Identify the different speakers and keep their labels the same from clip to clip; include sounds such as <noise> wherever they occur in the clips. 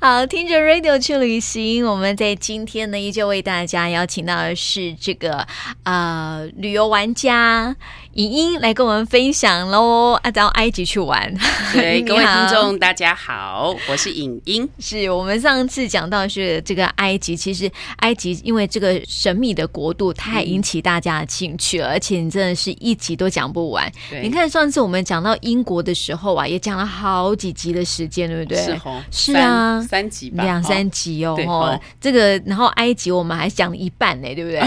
Speaker 1: 好，听着 Radio 去旅行，我们在今天呢依旧为大家邀请到的是这个呃旅游玩家莹莹来跟我们分享喽，啊，到埃及去玩。 <laughs>
Speaker 2: 对，
Speaker 1: 你
Speaker 2: 各位
Speaker 1: 好
Speaker 2: 听众大家好，我是影音。
Speaker 1: 是我们上次讲到是这个埃及，其实埃及因为这个神秘的国度太引起大家的兴趣了，而且你真的是一集都讲不完。
Speaker 2: 对
Speaker 1: 你，看上次我们讲到英国的时候啊，也讲了好几集的时间，对不对？
Speaker 2: 是红，
Speaker 1: 是啊
Speaker 2: 三三集吧，
Speaker 1: 两三
Speaker 2: 哦
Speaker 1: 集哦，
Speaker 2: 对
Speaker 1: 哦
Speaker 2: 哦
Speaker 1: 这个然后埃及我们还讲了一半呢，对不对？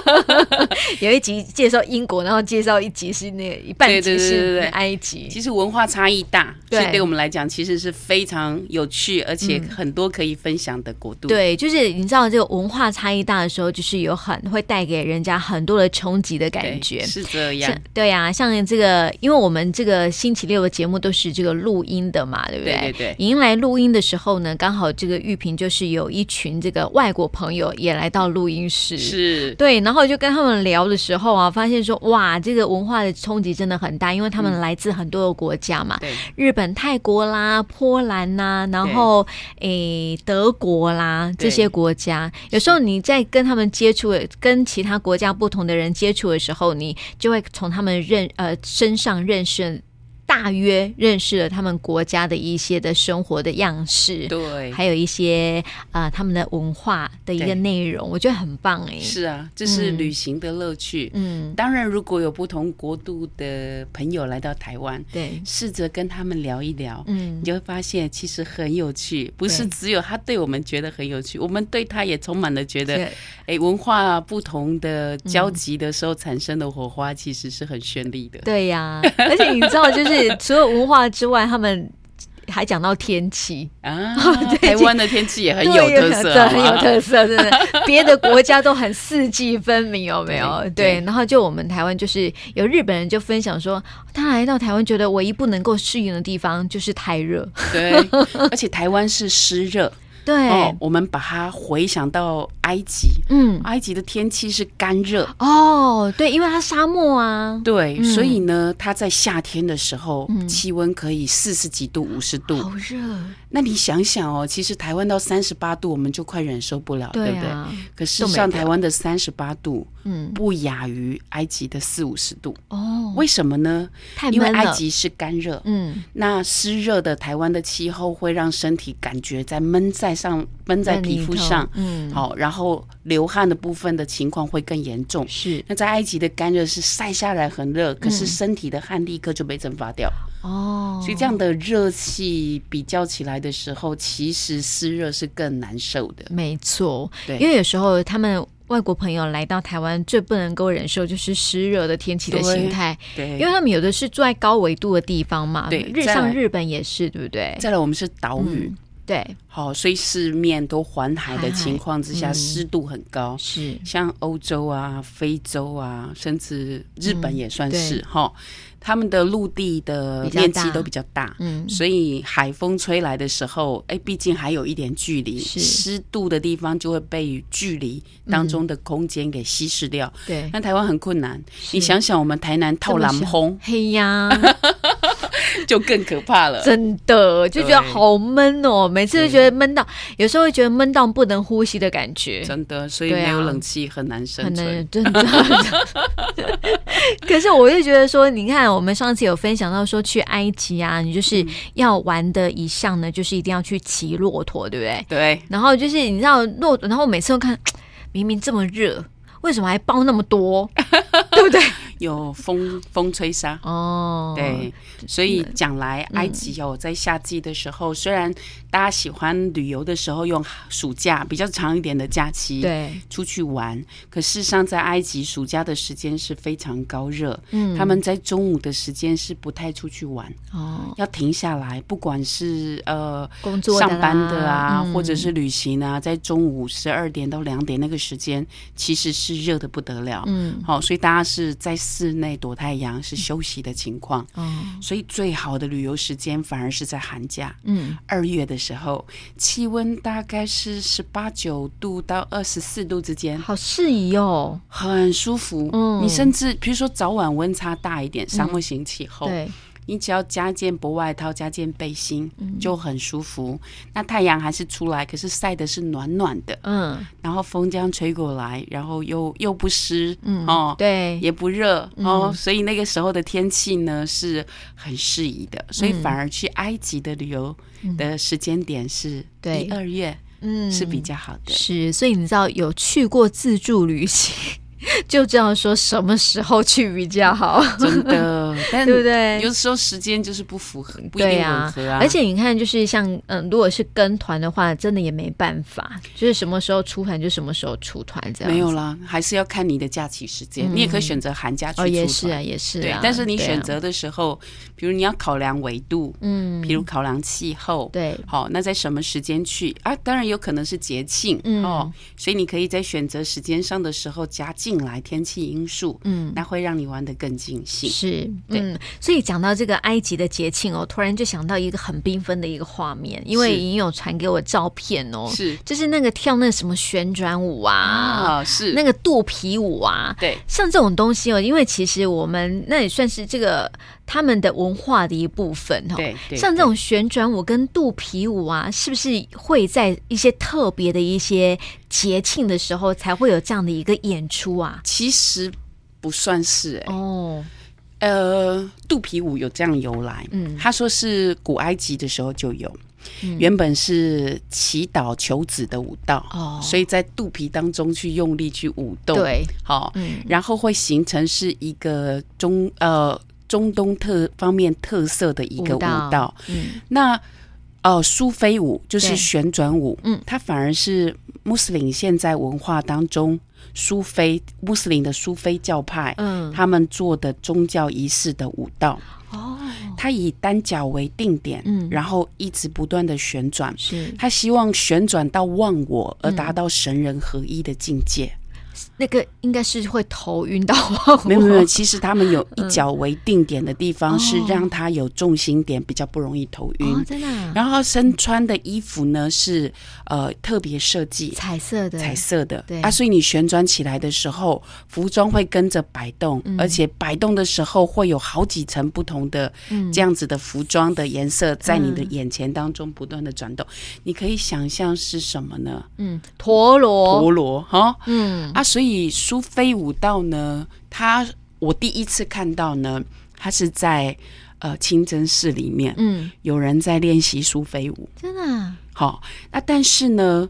Speaker 2: <laughs>
Speaker 1: 有一集介绍英国，然后介绍一集是那个一半
Speaker 2: 对
Speaker 1: 集
Speaker 2: 对对对
Speaker 1: 是
Speaker 2: 对对
Speaker 1: 埃及，
Speaker 2: 其实文化差异大，
Speaker 1: 对嗯
Speaker 2: 所以对我们来讲其实是非常有趣，而且很多可以分享的国度。，
Speaker 1: 对，就是你知道这个文化差异大的时候，就是有很会带给人家很多的冲击的感觉。
Speaker 2: 是这
Speaker 1: 像
Speaker 2: 样。
Speaker 1: 对呀、像这个，因为我们这个星期六的节目都是这个录音的嘛，对不
Speaker 2: 对对对
Speaker 1: 迎来录音的时候呢，刚好这个玉萍就是有一群这个外国朋友也来到录音室，
Speaker 2: 是，
Speaker 1: 对，然后就跟他们聊的时候啊，发现说哇，这个文化的冲击真的很大，因为他
Speaker 2: 嗯
Speaker 1: 们来自很多的国家嘛，
Speaker 2: 对，
Speaker 1: 日本、泰国啦、波兰呐、然后诶德国啦这
Speaker 2: 对
Speaker 1: 些国家，有时候你在跟他们接触的、跟其他国家不同的人接触的时候，你就会从他们认呃身上认识。大约认识了他们国家的一些的生活的样式，
Speaker 2: 对，
Speaker 1: 还有一些呃他们的文化的一个
Speaker 2: 对
Speaker 1: 内容，我觉得很棒哎、
Speaker 2: 是啊，这是
Speaker 1: 嗯
Speaker 2: 旅行的乐趣。
Speaker 1: 嗯，
Speaker 2: 当然，如果有不同国度的朋友来到台湾，
Speaker 1: 对，
Speaker 2: 试着跟他们聊一聊，
Speaker 1: 嗯
Speaker 2: 你，就会发现其实很有趣，不是
Speaker 1: 对
Speaker 2: 只有他对我们觉得很有趣，我们对他也充满了觉得，
Speaker 1: 对
Speaker 2: 哎，文化不同
Speaker 1: 嗯
Speaker 2: 的交集的时候产生的火花其实是很绚丽的。
Speaker 1: 对呀、而且你知道，就是除了文化之外，他们还讲到天气，
Speaker 2: 啊
Speaker 1: <laughs> 对，
Speaker 2: 台湾的天气也很
Speaker 1: 对
Speaker 2: 有特
Speaker 1: 真
Speaker 2: 色，
Speaker 1: 的
Speaker 2: 好
Speaker 1: 很
Speaker 2: 不好
Speaker 1: 有特色，真
Speaker 2: <laughs>
Speaker 1: 的。别的国家都很四季分明，有没有？对，
Speaker 2: 对对
Speaker 1: 然后就我们台湾，就是有日本人就分享说，他来到台湾，觉得唯一不能够适应的地方就是太热。 <laughs>
Speaker 2: 对，而且台湾是湿热
Speaker 1: 对，
Speaker 2: 哦，我们把它回想到埃及，
Speaker 1: 嗯，
Speaker 2: 埃及的天气是干热，
Speaker 1: 哦，对，因为它沙漠啊，
Speaker 2: 对，
Speaker 1: 嗯
Speaker 2: 所以呢，它在夏天的时候，
Speaker 1: 嗯
Speaker 2: 气温可以四十几度、五十度。
Speaker 1: 好热，
Speaker 2: 那你想想哦，其实台湾到三十八度，我们就快忍受不了，对
Speaker 1: 对
Speaker 2: 不对？
Speaker 1: 啊，
Speaker 2: 可是
Speaker 1: 都没
Speaker 2: 像
Speaker 1: 得
Speaker 2: 台湾的三十八度，
Speaker 1: 嗯，
Speaker 2: 不亚于埃及的四五十度，
Speaker 1: 哦，
Speaker 2: 为什么呢？
Speaker 1: 太
Speaker 2: 因为
Speaker 1: 闷
Speaker 2: 埃
Speaker 1: 了，
Speaker 2: 及是干热，
Speaker 1: 嗯，
Speaker 2: 那湿热的台湾的气候会让身体感觉在闷在上，闷在皮肤上，
Speaker 1: 嗯，
Speaker 2: 好、然后流汗的部分的情况会更严重。
Speaker 1: 是
Speaker 2: 那在埃及的干热是晒下来很热，可
Speaker 1: 嗯
Speaker 2: 是身体的汗立刻就被蒸发掉，
Speaker 1: 哦，
Speaker 2: 所以这样的热气比较起来的时候，其实湿热是更难受的。
Speaker 1: 没错，
Speaker 2: 对
Speaker 1: 因为有时候他们外国朋友来到台湾，最不能够忍受就是湿热的天气的
Speaker 2: 对
Speaker 1: 形态，
Speaker 2: 对，
Speaker 1: 因为他们有的是住在高纬度的地方嘛，
Speaker 2: 对
Speaker 1: 日
Speaker 2: 再来
Speaker 1: 像日本也是，对不对？
Speaker 2: 再来我们是岛屿，
Speaker 1: 嗯对，
Speaker 2: 好、所以四面都环海
Speaker 1: 环海
Speaker 2: 的情况之下，
Speaker 1: 嗯
Speaker 2: 湿度很高。
Speaker 1: 是，
Speaker 2: 像欧洲啊、非洲啊，甚至日本也算是
Speaker 1: 嗯对
Speaker 2: 哈、他们的陆地的
Speaker 1: 比较
Speaker 2: 面积
Speaker 1: 大
Speaker 2: 都比较大，
Speaker 1: 嗯，
Speaker 2: 所以海风吹来的时候，哎，毕竟还有一点距离，
Speaker 1: 是嗯
Speaker 2: 湿度的地方就会被距离当中的空间给稀释掉。
Speaker 1: 对，
Speaker 2: 那台湾很困难，
Speaker 1: 是
Speaker 2: 你想想，我们台南套蓝轰
Speaker 1: 嘿呀，
Speaker 2: <laughs> 就更可怕了。
Speaker 1: 真的就觉得
Speaker 2: 对
Speaker 1: 好闷哦，每次都觉得闷到，有时候会觉得闷到不能呼吸的感觉，
Speaker 2: 真的，所以
Speaker 1: 对
Speaker 2: 没
Speaker 1: 啊
Speaker 2: 有冷气很难生
Speaker 1: 很
Speaker 2: 存。
Speaker 1: 难，真的。可是我就觉得说，你看，我们上次有分享到说去埃及啊，你就是
Speaker 2: 嗯
Speaker 1: 要玩的一项呢，就是一定要去骑骆驼，对不对？
Speaker 2: 对，
Speaker 1: 然后就是你知道骆，然后我每次都看，明明这么热，为什么还包那么
Speaker 2: <laughs>
Speaker 1: 多，对不对？
Speaker 2: 有风风吹沙，
Speaker 1: 哦，嗯
Speaker 2: 对，所以讲来，埃及哦，在夏季的时候，虽然大家喜欢旅游的时候用暑假比较长一点的假期，，
Speaker 1: 对，
Speaker 2: 出去玩，可事实上在埃及暑假的时间是非常高热，
Speaker 1: 嗯，
Speaker 2: 他们在中午的时间是不太出去玩，
Speaker 1: 哦，
Speaker 2: 要停下来，不管是呃。
Speaker 1: 工作
Speaker 2: 上班的
Speaker 1: 啦
Speaker 2: 啊，
Speaker 1: 嗯
Speaker 2: 或者是旅行啊，在中午十二点到两点那个时间，其实是热的不得了。
Speaker 1: 嗯，
Speaker 2: 好、所以大家是在室内躲太阳，是休息的情况。
Speaker 1: 哦，
Speaker 2: 所以最好的旅游时间反而是在寒假，
Speaker 1: 嗯，
Speaker 2: 二月的时候，气温大概是十八九度到二十四度之间，
Speaker 1: 好适宜哦，
Speaker 2: 很舒服。
Speaker 1: 嗯
Speaker 2: 你甚至比如说早晚温差大一点，沙漠型气候，
Speaker 1: 对，
Speaker 2: 你只要加件薄外套、加件背心
Speaker 1: 嗯
Speaker 2: 就很舒服。那太阳还是出来，可是晒的是暖暖的，
Speaker 1: 嗯
Speaker 2: 然后风这样吹过来，然后又又不湿，
Speaker 1: 嗯
Speaker 2: 哦，
Speaker 1: 对，嗯
Speaker 2: 也不热、哦，所以那个时候的天气呢是很适宜
Speaker 1: 嗯
Speaker 2: 的，所以反而去埃及的旅游的时间点是
Speaker 1: 对
Speaker 2: 一二月
Speaker 1: 嗯
Speaker 2: 是比较好的。
Speaker 1: 是，所以你知道有去过自助旅行， <laughs> 就知道说什么时候去比较好，
Speaker 2: 真
Speaker 1: <laughs>
Speaker 2: 的， <laughs> 但
Speaker 1: 对不对？
Speaker 2: 有时候时间就是不符合，不一
Speaker 1: 对
Speaker 2: 定
Speaker 1: 啊
Speaker 2: 吻合啊。
Speaker 1: 而且你看，就是像嗯，如果是跟团的话，真的也没办法，就是什么时候出团就什么时候出团，这样
Speaker 2: 没有
Speaker 1: 子
Speaker 2: 啦，还是要看你的假期时间。你也可以选择寒假去出
Speaker 1: 嗯哦，
Speaker 2: 团，
Speaker 1: 也是啊，也是
Speaker 2: 对
Speaker 1: 啊。。
Speaker 2: 但是你
Speaker 1: 对啊
Speaker 2: 选，择的时候，比如你要考量纬度，
Speaker 1: 嗯，
Speaker 2: 比如考量气候，
Speaker 1: 对，
Speaker 2: 好，那在什么时间去啊？当然有可能是节庆、
Speaker 1: 嗯
Speaker 2: 哦，所以你可以在选择时间上的时候加进来天气因素，
Speaker 1: 嗯，
Speaker 2: 那会让你玩得更尽兴。
Speaker 1: 是，
Speaker 2: 对
Speaker 1: 嗯，所以讲到这个埃及的节庆哦，突然就想到一个很缤纷的一个画面，因为
Speaker 2: 是
Speaker 1: 已经有传给我照片哦，
Speaker 2: 是
Speaker 1: 就是那个跳那什么旋转舞啊，
Speaker 2: 啊，是
Speaker 1: 那个肚皮舞啊，
Speaker 2: 对
Speaker 1: 像这种东西哦，因为其实我们那也算是这个他们的文化的一部分哦。
Speaker 2: 对对，
Speaker 1: 像这种旋转舞跟肚皮舞啊，是不是会在一些特别的一些节庆的时候才会有这样的一个演出啊？
Speaker 2: 其实不算是、欸，
Speaker 1: 哦，
Speaker 2: 呃，肚皮舞有这样由来，
Speaker 1: 嗯
Speaker 2: 他说是古埃及的时候就有。原本是祈祷求子的舞蹈，
Speaker 1: 哦
Speaker 2: 所以在肚皮当中去用力去舞动，，
Speaker 1: 对，
Speaker 2: 好、
Speaker 1: 嗯
Speaker 2: 然后会形成是一个中呃中东特方面特色的一个舞蹈。
Speaker 1: 舞蹈嗯
Speaker 2: 那呃，苏菲舞就是
Speaker 1: 对
Speaker 2: 旋转舞，
Speaker 1: 嗯，
Speaker 2: 它反而是穆斯林现在文化当中苏菲穆斯林的苏菲教派。
Speaker 1: 嗯，
Speaker 2: 他们做的宗教仪式的舞蹈，
Speaker 1: 哦，
Speaker 2: 它以单脚为定点，
Speaker 1: 嗯
Speaker 2: 然后一直不断的旋转，
Speaker 1: 是
Speaker 2: 他希望旋转到忘我，而达到神人合一的境界。
Speaker 1: 嗯那个应该是会头晕到我，
Speaker 2: 没有没有，其实他们有一脚为定点的地方，是让他有重心点，比较不容易头晕。
Speaker 1: 哦，真的啊、
Speaker 2: 然后他身穿的衣服呢是呃特别设计。
Speaker 1: 彩色的，
Speaker 2: 彩色的
Speaker 1: 对
Speaker 2: 啊，所以你旋转起来的时候，服装会跟着摆动，而且摆动的时候会有好几层不同的
Speaker 1: 嗯
Speaker 2: 这样子的服装的颜色在你的眼前当中不断的转动。你可以想象是什么呢？
Speaker 1: 嗯，陀螺，
Speaker 2: 陀螺哈，
Speaker 1: 嗯，
Speaker 2: 啊，所以苏菲舞蹈呢，它我第一次看到呢，它是在呃清真寺里面，
Speaker 1: 嗯，
Speaker 2: 有人在练习苏菲舞。
Speaker 1: 真的啊、
Speaker 2: 好、那但是呢，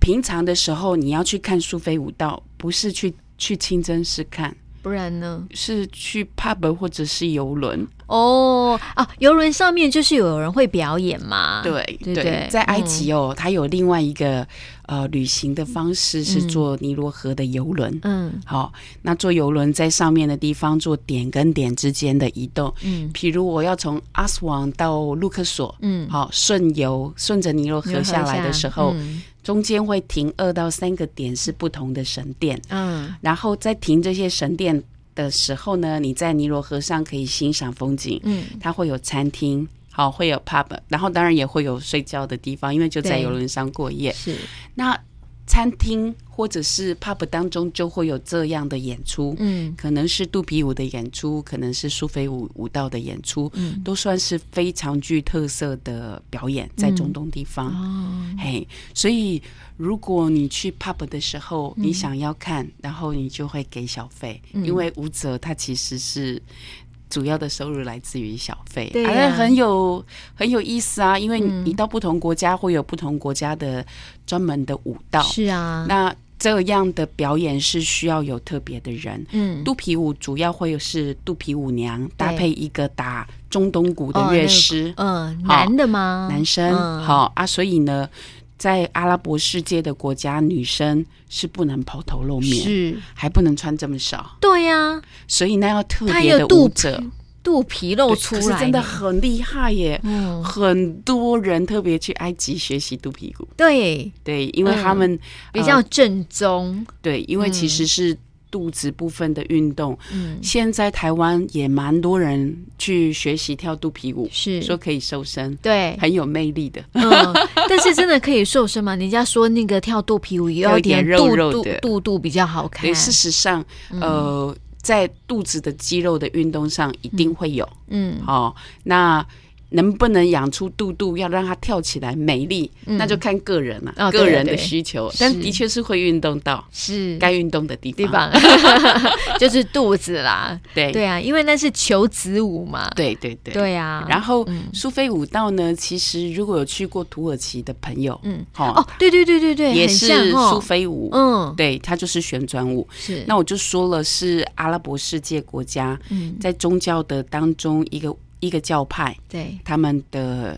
Speaker 2: 平常的时候你要去看苏菲舞蹈，不是去去清真寺看，
Speaker 1: 不然呢？
Speaker 2: 是去 pub 或者是游轮。
Speaker 1: 哦啊，游轮上面就是有人会表演嘛，
Speaker 2: 对
Speaker 1: 啊对对
Speaker 2: 在埃及哦，它有另外一个呃旅行的方式是坐尼罗河的游轮。
Speaker 1: 嗯
Speaker 2: 好，那坐游轮在上面的地方做点跟点之间的移动，
Speaker 1: 嗯
Speaker 2: 譬如我要从阿斯旺到卢克索，
Speaker 1: 嗯，
Speaker 2: 好，顺游顺着尼罗
Speaker 1: 你们
Speaker 2: 河下来的时候，
Speaker 1: 嗯
Speaker 2: 中间会停二到三个点是不同的神殿，
Speaker 1: 嗯
Speaker 2: 然后在停这些神殿的时候呢，你在尼罗河上可以欣赏风景，
Speaker 1: 嗯
Speaker 2: 它会有餐厅。好，会有 pub，然后当然也会有睡觉的地方，因为就在
Speaker 1: 对
Speaker 2: 游轮上过夜。
Speaker 1: 是
Speaker 2: 那餐厅或者是 pub 当中就会有这样的演出，
Speaker 1: 嗯
Speaker 2: 可能是肚皮舞的演出，可能是苏菲舞舞蹈的演出，
Speaker 1: 嗯
Speaker 2: 都算是非常具特色的表演，在中东地方。
Speaker 1: 哦
Speaker 2: 嘿所以如果你去 pub 的时候，
Speaker 1: 嗯
Speaker 2: 你想要看，然后你就会给小费，因为舞者他其实是。主要的收入来自于小费，
Speaker 1: 对嗯呀
Speaker 2: 啊很有很有意思啊！因为你到不同国家会有不同国家的专门的舞蹈，
Speaker 1: 是啊，
Speaker 2: 那这样的表演是需要有特别的人，
Speaker 1: 嗯
Speaker 2: 肚皮舞主要会是肚皮舞娘搭
Speaker 1: 对
Speaker 2: 配一个打中东鼓
Speaker 1: 哦
Speaker 2: 的
Speaker 1: 那
Speaker 2: 乐
Speaker 1: 个
Speaker 2: 师，
Speaker 1: 嗯，
Speaker 2: 好
Speaker 1: 男的吗？
Speaker 2: 男生
Speaker 1: 嗯
Speaker 2: 好、啊，所以呢，在阿拉伯世界的国家，女生是不能抛头露面，
Speaker 1: 是，
Speaker 2: 还不能穿这么少，
Speaker 1: 对呀，
Speaker 2: 所以那要特
Speaker 1: 他
Speaker 2: 别
Speaker 1: 有
Speaker 2: 的
Speaker 1: 肚
Speaker 2: 舞
Speaker 1: 皮
Speaker 2: 者，
Speaker 1: 肚皮露
Speaker 2: 对
Speaker 1: 出
Speaker 2: 可是
Speaker 1: 来，
Speaker 2: 真的，很厉害耶。
Speaker 1: 嗯，
Speaker 2: 很多人特别去埃及学习肚皮舞，
Speaker 1: 对，
Speaker 2: 对，因为他们、
Speaker 1: 嗯
Speaker 2: 呃
Speaker 1: 比较正宗，
Speaker 2: 对，因为其实是肚子部分的运动，
Speaker 1: 嗯，
Speaker 2: 现在台湾也蛮多人去学习跳肚皮舞，
Speaker 1: 是，
Speaker 2: 说可以瘦身，
Speaker 1: 对，
Speaker 2: 很有魅力的。 <laughs>
Speaker 1: 嗯，但是真的可以瘦身吗？人家说那个跳肚皮舞也要
Speaker 2: 要一点
Speaker 1: 肚
Speaker 2: 肉肉
Speaker 1: 肚
Speaker 2: 的
Speaker 1: 肚肚比较好看嗯
Speaker 2: 对，，事实上，呃。在肚子的肌肉的运动上一定会有。
Speaker 1: 嗯
Speaker 2: 哦，那能不能养出肚肚，要让它跳起来美丽，那就看个人了、
Speaker 1: 嗯哦对
Speaker 2: 个人的
Speaker 1: 对
Speaker 2: 需求。但
Speaker 1: 是
Speaker 2: 的确是会运动到
Speaker 1: 是
Speaker 2: 该运动的地方。
Speaker 1: 地方， <laughs> 就是肚子啦。
Speaker 2: 对
Speaker 1: 对啊，因为那是求子舞嘛。
Speaker 2: 对对对。
Speaker 1: 对啊，
Speaker 2: 然后
Speaker 1: 嗯
Speaker 2: 苏菲舞蹈呢，其实如果有去过土耳其的朋友，
Speaker 1: 嗯，
Speaker 2: 好、啊
Speaker 1: 哦，对对对对对，
Speaker 2: 也
Speaker 1: 很像
Speaker 2: 是
Speaker 1: 哦
Speaker 2: 苏菲舞，
Speaker 1: 嗯，
Speaker 2: 对，它就是旋转舞。
Speaker 1: 是
Speaker 2: 那我就说了，是阿拉伯世界国家
Speaker 1: 嗯
Speaker 2: 在宗教的当中一个一个教派，
Speaker 1: 对
Speaker 2: 他们的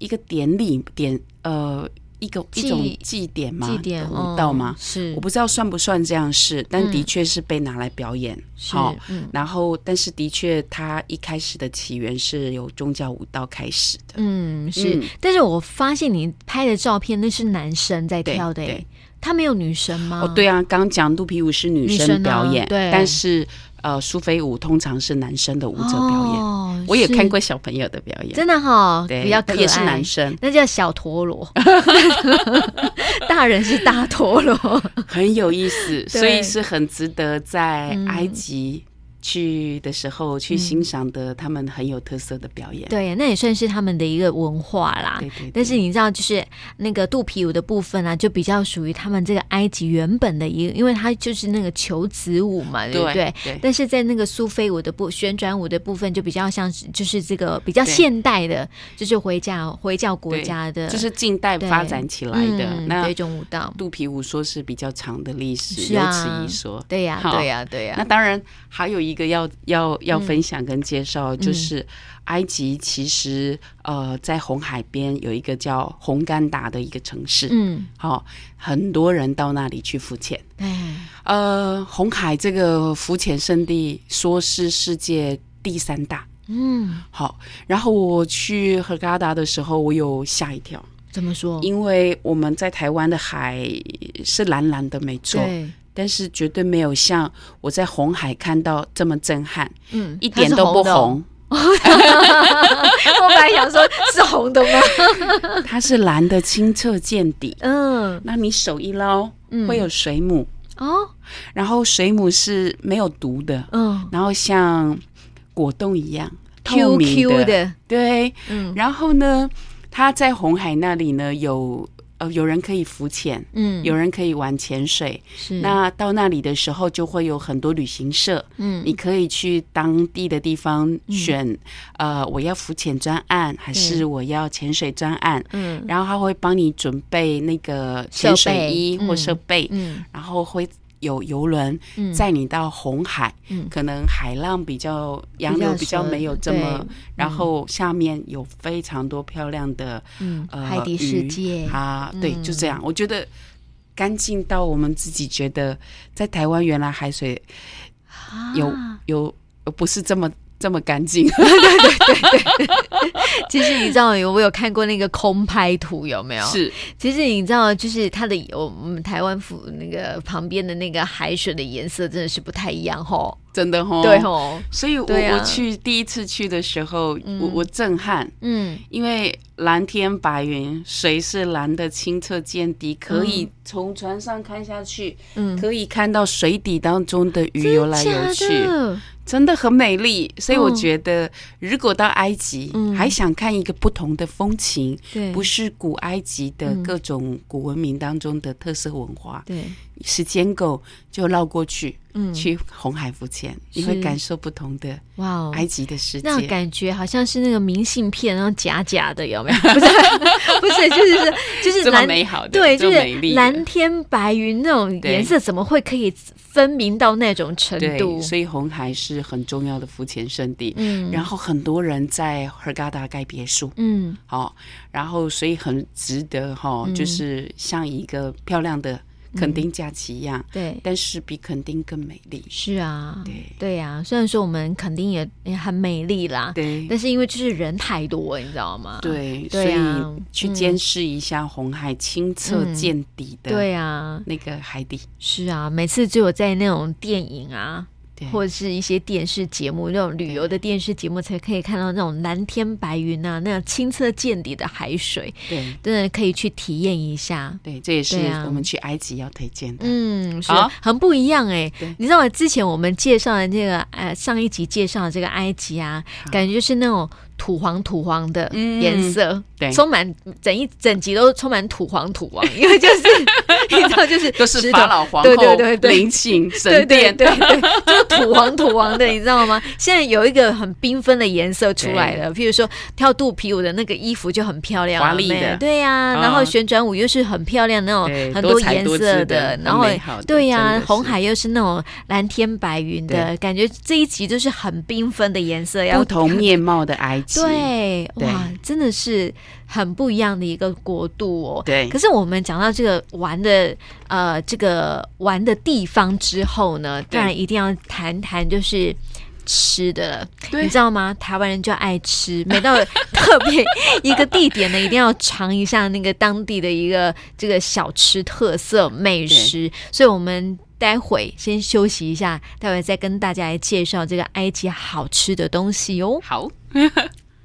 Speaker 2: 一个典礼典呃一个
Speaker 1: 祭
Speaker 2: 一种祭典嘛，
Speaker 1: 祭典
Speaker 2: 的舞蹈
Speaker 1: 嘛，
Speaker 2: 嘛
Speaker 1: 嗯，是
Speaker 2: 我不知道算不算这样是，但
Speaker 1: 嗯
Speaker 2: 的确是被拿来表演。
Speaker 1: 是
Speaker 2: 好
Speaker 1: 嗯
Speaker 2: 然后，但是的确，它一开始的起源是由宗教舞蹈开始的。
Speaker 1: 嗯是
Speaker 2: 嗯，
Speaker 1: 但是我发现你拍的照片那是男生在
Speaker 2: 对
Speaker 1: 跳的耶
Speaker 2: 对，
Speaker 1: 他没有女生吗？
Speaker 2: 哦，对啊，刚刚讲肚皮舞是女
Speaker 1: 女生啊
Speaker 2: 生表演，
Speaker 1: 对
Speaker 2: 但是呃，苏菲舞通常是男生的舞
Speaker 1: 哦，
Speaker 2: 者表演。我也
Speaker 1: 是
Speaker 2: 看，过小朋友的表演，
Speaker 1: 真的哈，
Speaker 2: 对，
Speaker 1: 比较可爱，
Speaker 2: 也是男生，
Speaker 1: 那叫小陀螺， <laughs> 大人是大陀螺，
Speaker 2: 很有意思，
Speaker 1: <laughs> 对
Speaker 2: 所以是很值得在
Speaker 1: 嗯
Speaker 2: 埃及去的时候去欣赏的，他们很有特色的表演。
Speaker 1: 对，那也算是他们的一个文化啦。
Speaker 2: 对对对
Speaker 1: 啊但是你知道，就是那个肚皮舞的部分啊，就比较属于他们这个埃及原本的一个，因为它就是那个求子舞嘛，对不呃对？
Speaker 2: 对对
Speaker 1: 但是在那个苏菲舞的部旋转舞的部分，就比较像是就是这个比较
Speaker 2: 对
Speaker 1: 现代的，就是回教回教国
Speaker 2: 对
Speaker 1: 家的，
Speaker 2: 就是近代
Speaker 1: 对
Speaker 2: 发展起来的
Speaker 1: 嗯
Speaker 2: 那
Speaker 1: 的一种舞蹈。
Speaker 2: 肚皮舞，说是比较长的历史，
Speaker 1: 是
Speaker 2: 有
Speaker 1: 啊
Speaker 2: 此一说。
Speaker 1: 对呀、
Speaker 2: 好
Speaker 1: 对呀、对啊嗯呀、
Speaker 2: 那当然，还有一个要要要分享跟介
Speaker 1: 嗯
Speaker 2: 绍，就是埃及其实呃，在红海边有一个叫红干达的一个城市，
Speaker 1: 嗯，
Speaker 2: 好、很多人到那里去浮潜。
Speaker 1: 哎，
Speaker 2: 呃，红海这个浮潜圣地说是世界第三大。
Speaker 1: 嗯，
Speaker 2: 好，然后我去荷嘎达的时候，我有吓一跳，
Speaker 1: 怎么说？
Speaker 2: 因为我们在台湾的海是蓝蓝的，没错，
Speaker 1: 对，
Speaker 2: 但是绝对没有像我在红海看到这么震撼，
Speaker 1: 嗯，
Speaker 2: 一
Speaker 1: 它是
Speaker 2: 点都不
Speaker 1: 的哦。
Speaker 2: 红，
Speaker 1: <laughs> 我本来想说是红的吗？哦
Speaker 2: <laughs>
Speaker 1: <laughs>
Speaker 2: 它是蓝的，清澈见底。
Speaker 1: 嗯，
Speaker 2: 那你手一捞，
Speaker 1: 嗯
Speaker 2: 会有水母，
Speaker 1: 哦，
Speaker 2: 然后水母是没有毒的，
Speaker 1: 嗯
Speaker 2: 然后像果冻一样透
Speaker 1: ，Q
Speaker 2: 明
Speaker 1: Q 的，
Speaker 2: 对。
Speaker 1: 嗯
Speaker 2: 然后呢，它在红海那里呢有呃有人可以浮潜，
Speaker 1: 嗯，
Speaker 2: 有人可以玩潜水。
Speaker 1: 是
Speaker 2: 那到那里的时候，就会有很多旅行社，
Speaker 1: 嗯
Speaker 2: 你可以去当地的地方选，
Speaker 1: 嗯
Speaker 2: 呃，我要浮潜专案还是我要潜水专案。
Speaker 1: 嗯
Speaker 2: 然后他会帮你准备那个
Speaker 1: 设
Speaker 2: 潜
Speaker 1: 备
Speaker 2: 水衣
Speaker 1: 嗯
Speaker 2: 或设备，
Speaker 1: 嗯
Speaker 2: 然后会有游轮
Speaker 1: 嗯
Speaker 2: 载你到红海，
Speaker 1: 嗯
Speaker 2: 可能海浪比较洋流比较没有这么，然后下面有非常多漂亮的
Speaker 1: 嗯
Speaker 2: 呃
Speaker 1: 海底世界
Speaker 2: 鱼啊，对，就
Speaker 1: 嗯
Speaker 2: 这样，我觉得。干净到我们自己觉得，在台湾原来海水有、
Speaker 1: 啊
Speaker 2: 有有不是这么这么干净，
Speaker 1: 其实你知道有我有看过那个空拍图有没有？
Speaker 2: <laughs> 是
Speaker 1: 其实你知道，就是它的我我们台湾府那个旁边的那个海水的颜色真的是不太一样吼，
Speaker 2: 真的哦。
Speaker 1: 对吼，
Speaker 2: 所以我，我、
Speaker 1: 对啊
Speaker 2: 去第一次去的时候，我我震撼，
Speaker 1: 嗯
Speaker 2: 因为蓝天白云，水是蓝的清澈见底，可以从船上看下去，
Speaker 1: 嗯，
Speaker 2: 可以看到水底当中的鱼游来游去，
Speaker 1: 真的假的
Speaker 2: 真的很美丽。所以我
Speaker 1: 嗯
Speaker 2: 觉得，如果到埃及、
Speaker 1: 嗯
Speaker 2: 还想看一个不同的风情，
Speaker 1: 对，
Speaker 2: 不
Speaker 1: 是
Speaker 2: 是古埃及的各种古文明当中的特色文化，
Speaker 1: 对，
Speaker 2: 时间够就绕过去，
Speaker 1: 嗯，
Speaker 2: 去红海浮潜，你
Speaker 1: 是
Speaker 2: 会感受不同的
Speaker 1: 哇哦，
Speaker 2: 埃及的世界。
Speaker 1: 那感觉好像是那个明信片，然后假假的，有没有？ <laughs> 不是，不是，就是说，就是
Speaker 2: 这么
Speaker 1: 蓝，
Speaker 2: 美好的，
Speaker 1: 对，
Speaker 2: 这
Speaker 1: 就
Speaker 2: 么美
Speaker 1: 是
Speaker 2: 丽的
Speaker 1: 蓝天白云那种
Speaker 2: 对
Speaker 1: 颜色，怎么会可以分明到那种程度
Speaker 2: 对，？所以红海是很重要的浮潜圣地。
Speaker 1: 嗯
Speaker 2: 然后很多人在赫嘎达盖别墅，
Speaker 1: 嗯，
Speaker 2: 哦，然后所以很值得哈、哦就是像一个漂亮的垦丁假期一样，
Speaker 1: 对，
Speaker 2: 但是比垦丁更美丽。
Speaker 1: 是啊，
Speaker 2: 对
Speaker 1: 对啊。虽然说我们肯定也也很美丽啦，
Speaker 2: 对
Speaker 1: 但是因为就是人太多，你知道吗？
Speaker 2: 对，所
Speaker 1: 对啊
Speaker 2: 以去监视一下红海清澈见底的
Speaker 1: 对啊，
Speaker 2: 那个海底，
Speaker 1: 是啊，每次只有在那种电影啊。
Speaker 2: 对
Speaker 1: 或者是一些电视节目，那种旅游的电视节目才可以看到那种蓝天白云啊，那样清澈见底的海水，
Speaker 2: 对
Speaker 1: 真的可以去体验一下。
Speaker 2: 对，这也是
Speaker 1: 对啊
Speaker 2: 我们去埃及要推荐的。
Speaker 1: 嗯，是
Speaker 2: 好
Speaker 1: 很不一样哎、
Speaker 2: 对
Speaker 1: 你知道吗？之前我们介绍的这个呃，上一集介绍的这个埃及啊，感觉就是那种土黄土黄的
Speaker 2: 嗯
Speaker 1: 颜色，
Speaker 2: 对
Speaker 1: 充满整一整集都充满土黄土黄，因为就是 <laughs> 你知道就是
Speaker 2: 都是
Speaker 1: 石头
Speaker 2: 法老皇后
Speaker 1: 对对对对
Speaker 2: 陵寝
Speaker 1: 对
Speaker 2: 神
Speaker 1: 对
Speaker 2: 殿，
Speaker 1: 对
Speaker 2: <laughs>
Speaker 1: 对，就是土黄土黄的，你知道吗？现在有一个很缤纷的颜色出来了，譬如说跳肚皮舞的那个衣服就很漂亮啊，
Speaker 2: 华丽的
Speaker 1: 妹对呀、
Speaker 2: 嗯
Speaker 1: 然后旋转舞又是很漂亮那种
Speaker 2: 对
Speaker 1: 哦很
Speaker 2: 多彩
Speaker 1: 颜
Speaker 2: 多姿
Speaker 1: 色
Speaker 2: 的很
Speaker 1: 然后
Speaker 2: 美好的
Speaker 1: 对呀、
Speaker 2: 真的是
Speaker 1: 红海又是那种蓝天白云的
Speaker 2: 对
Speaker 1: 感觉，这一集就是很缤纷的颜色，要
Speaker 2: 不同面貌的埃及，
Speaker 1: 对，
Speaker 2: 对
Speaker 1: 哇，真的是很不一样的一个国度哦。
Speaker 2: 对
Speaker 1: 可是我们讲到这个玩的呃，这个玩的地方之后呢，
Speaker 2: 对
Speaker 1: 当然一定要谈谈就是。吃的了，
Speaker 2: 对
Speaker 1: 你知道吗？台湾人就爱吃，每到特别一个地点呢，一定要尝一下那个当地的一个这个小吃特色美食。所以，我们待会先休息一下，待会再跟大家来介绍这个埃及好吃的东西哦。
Speaker 2: 好。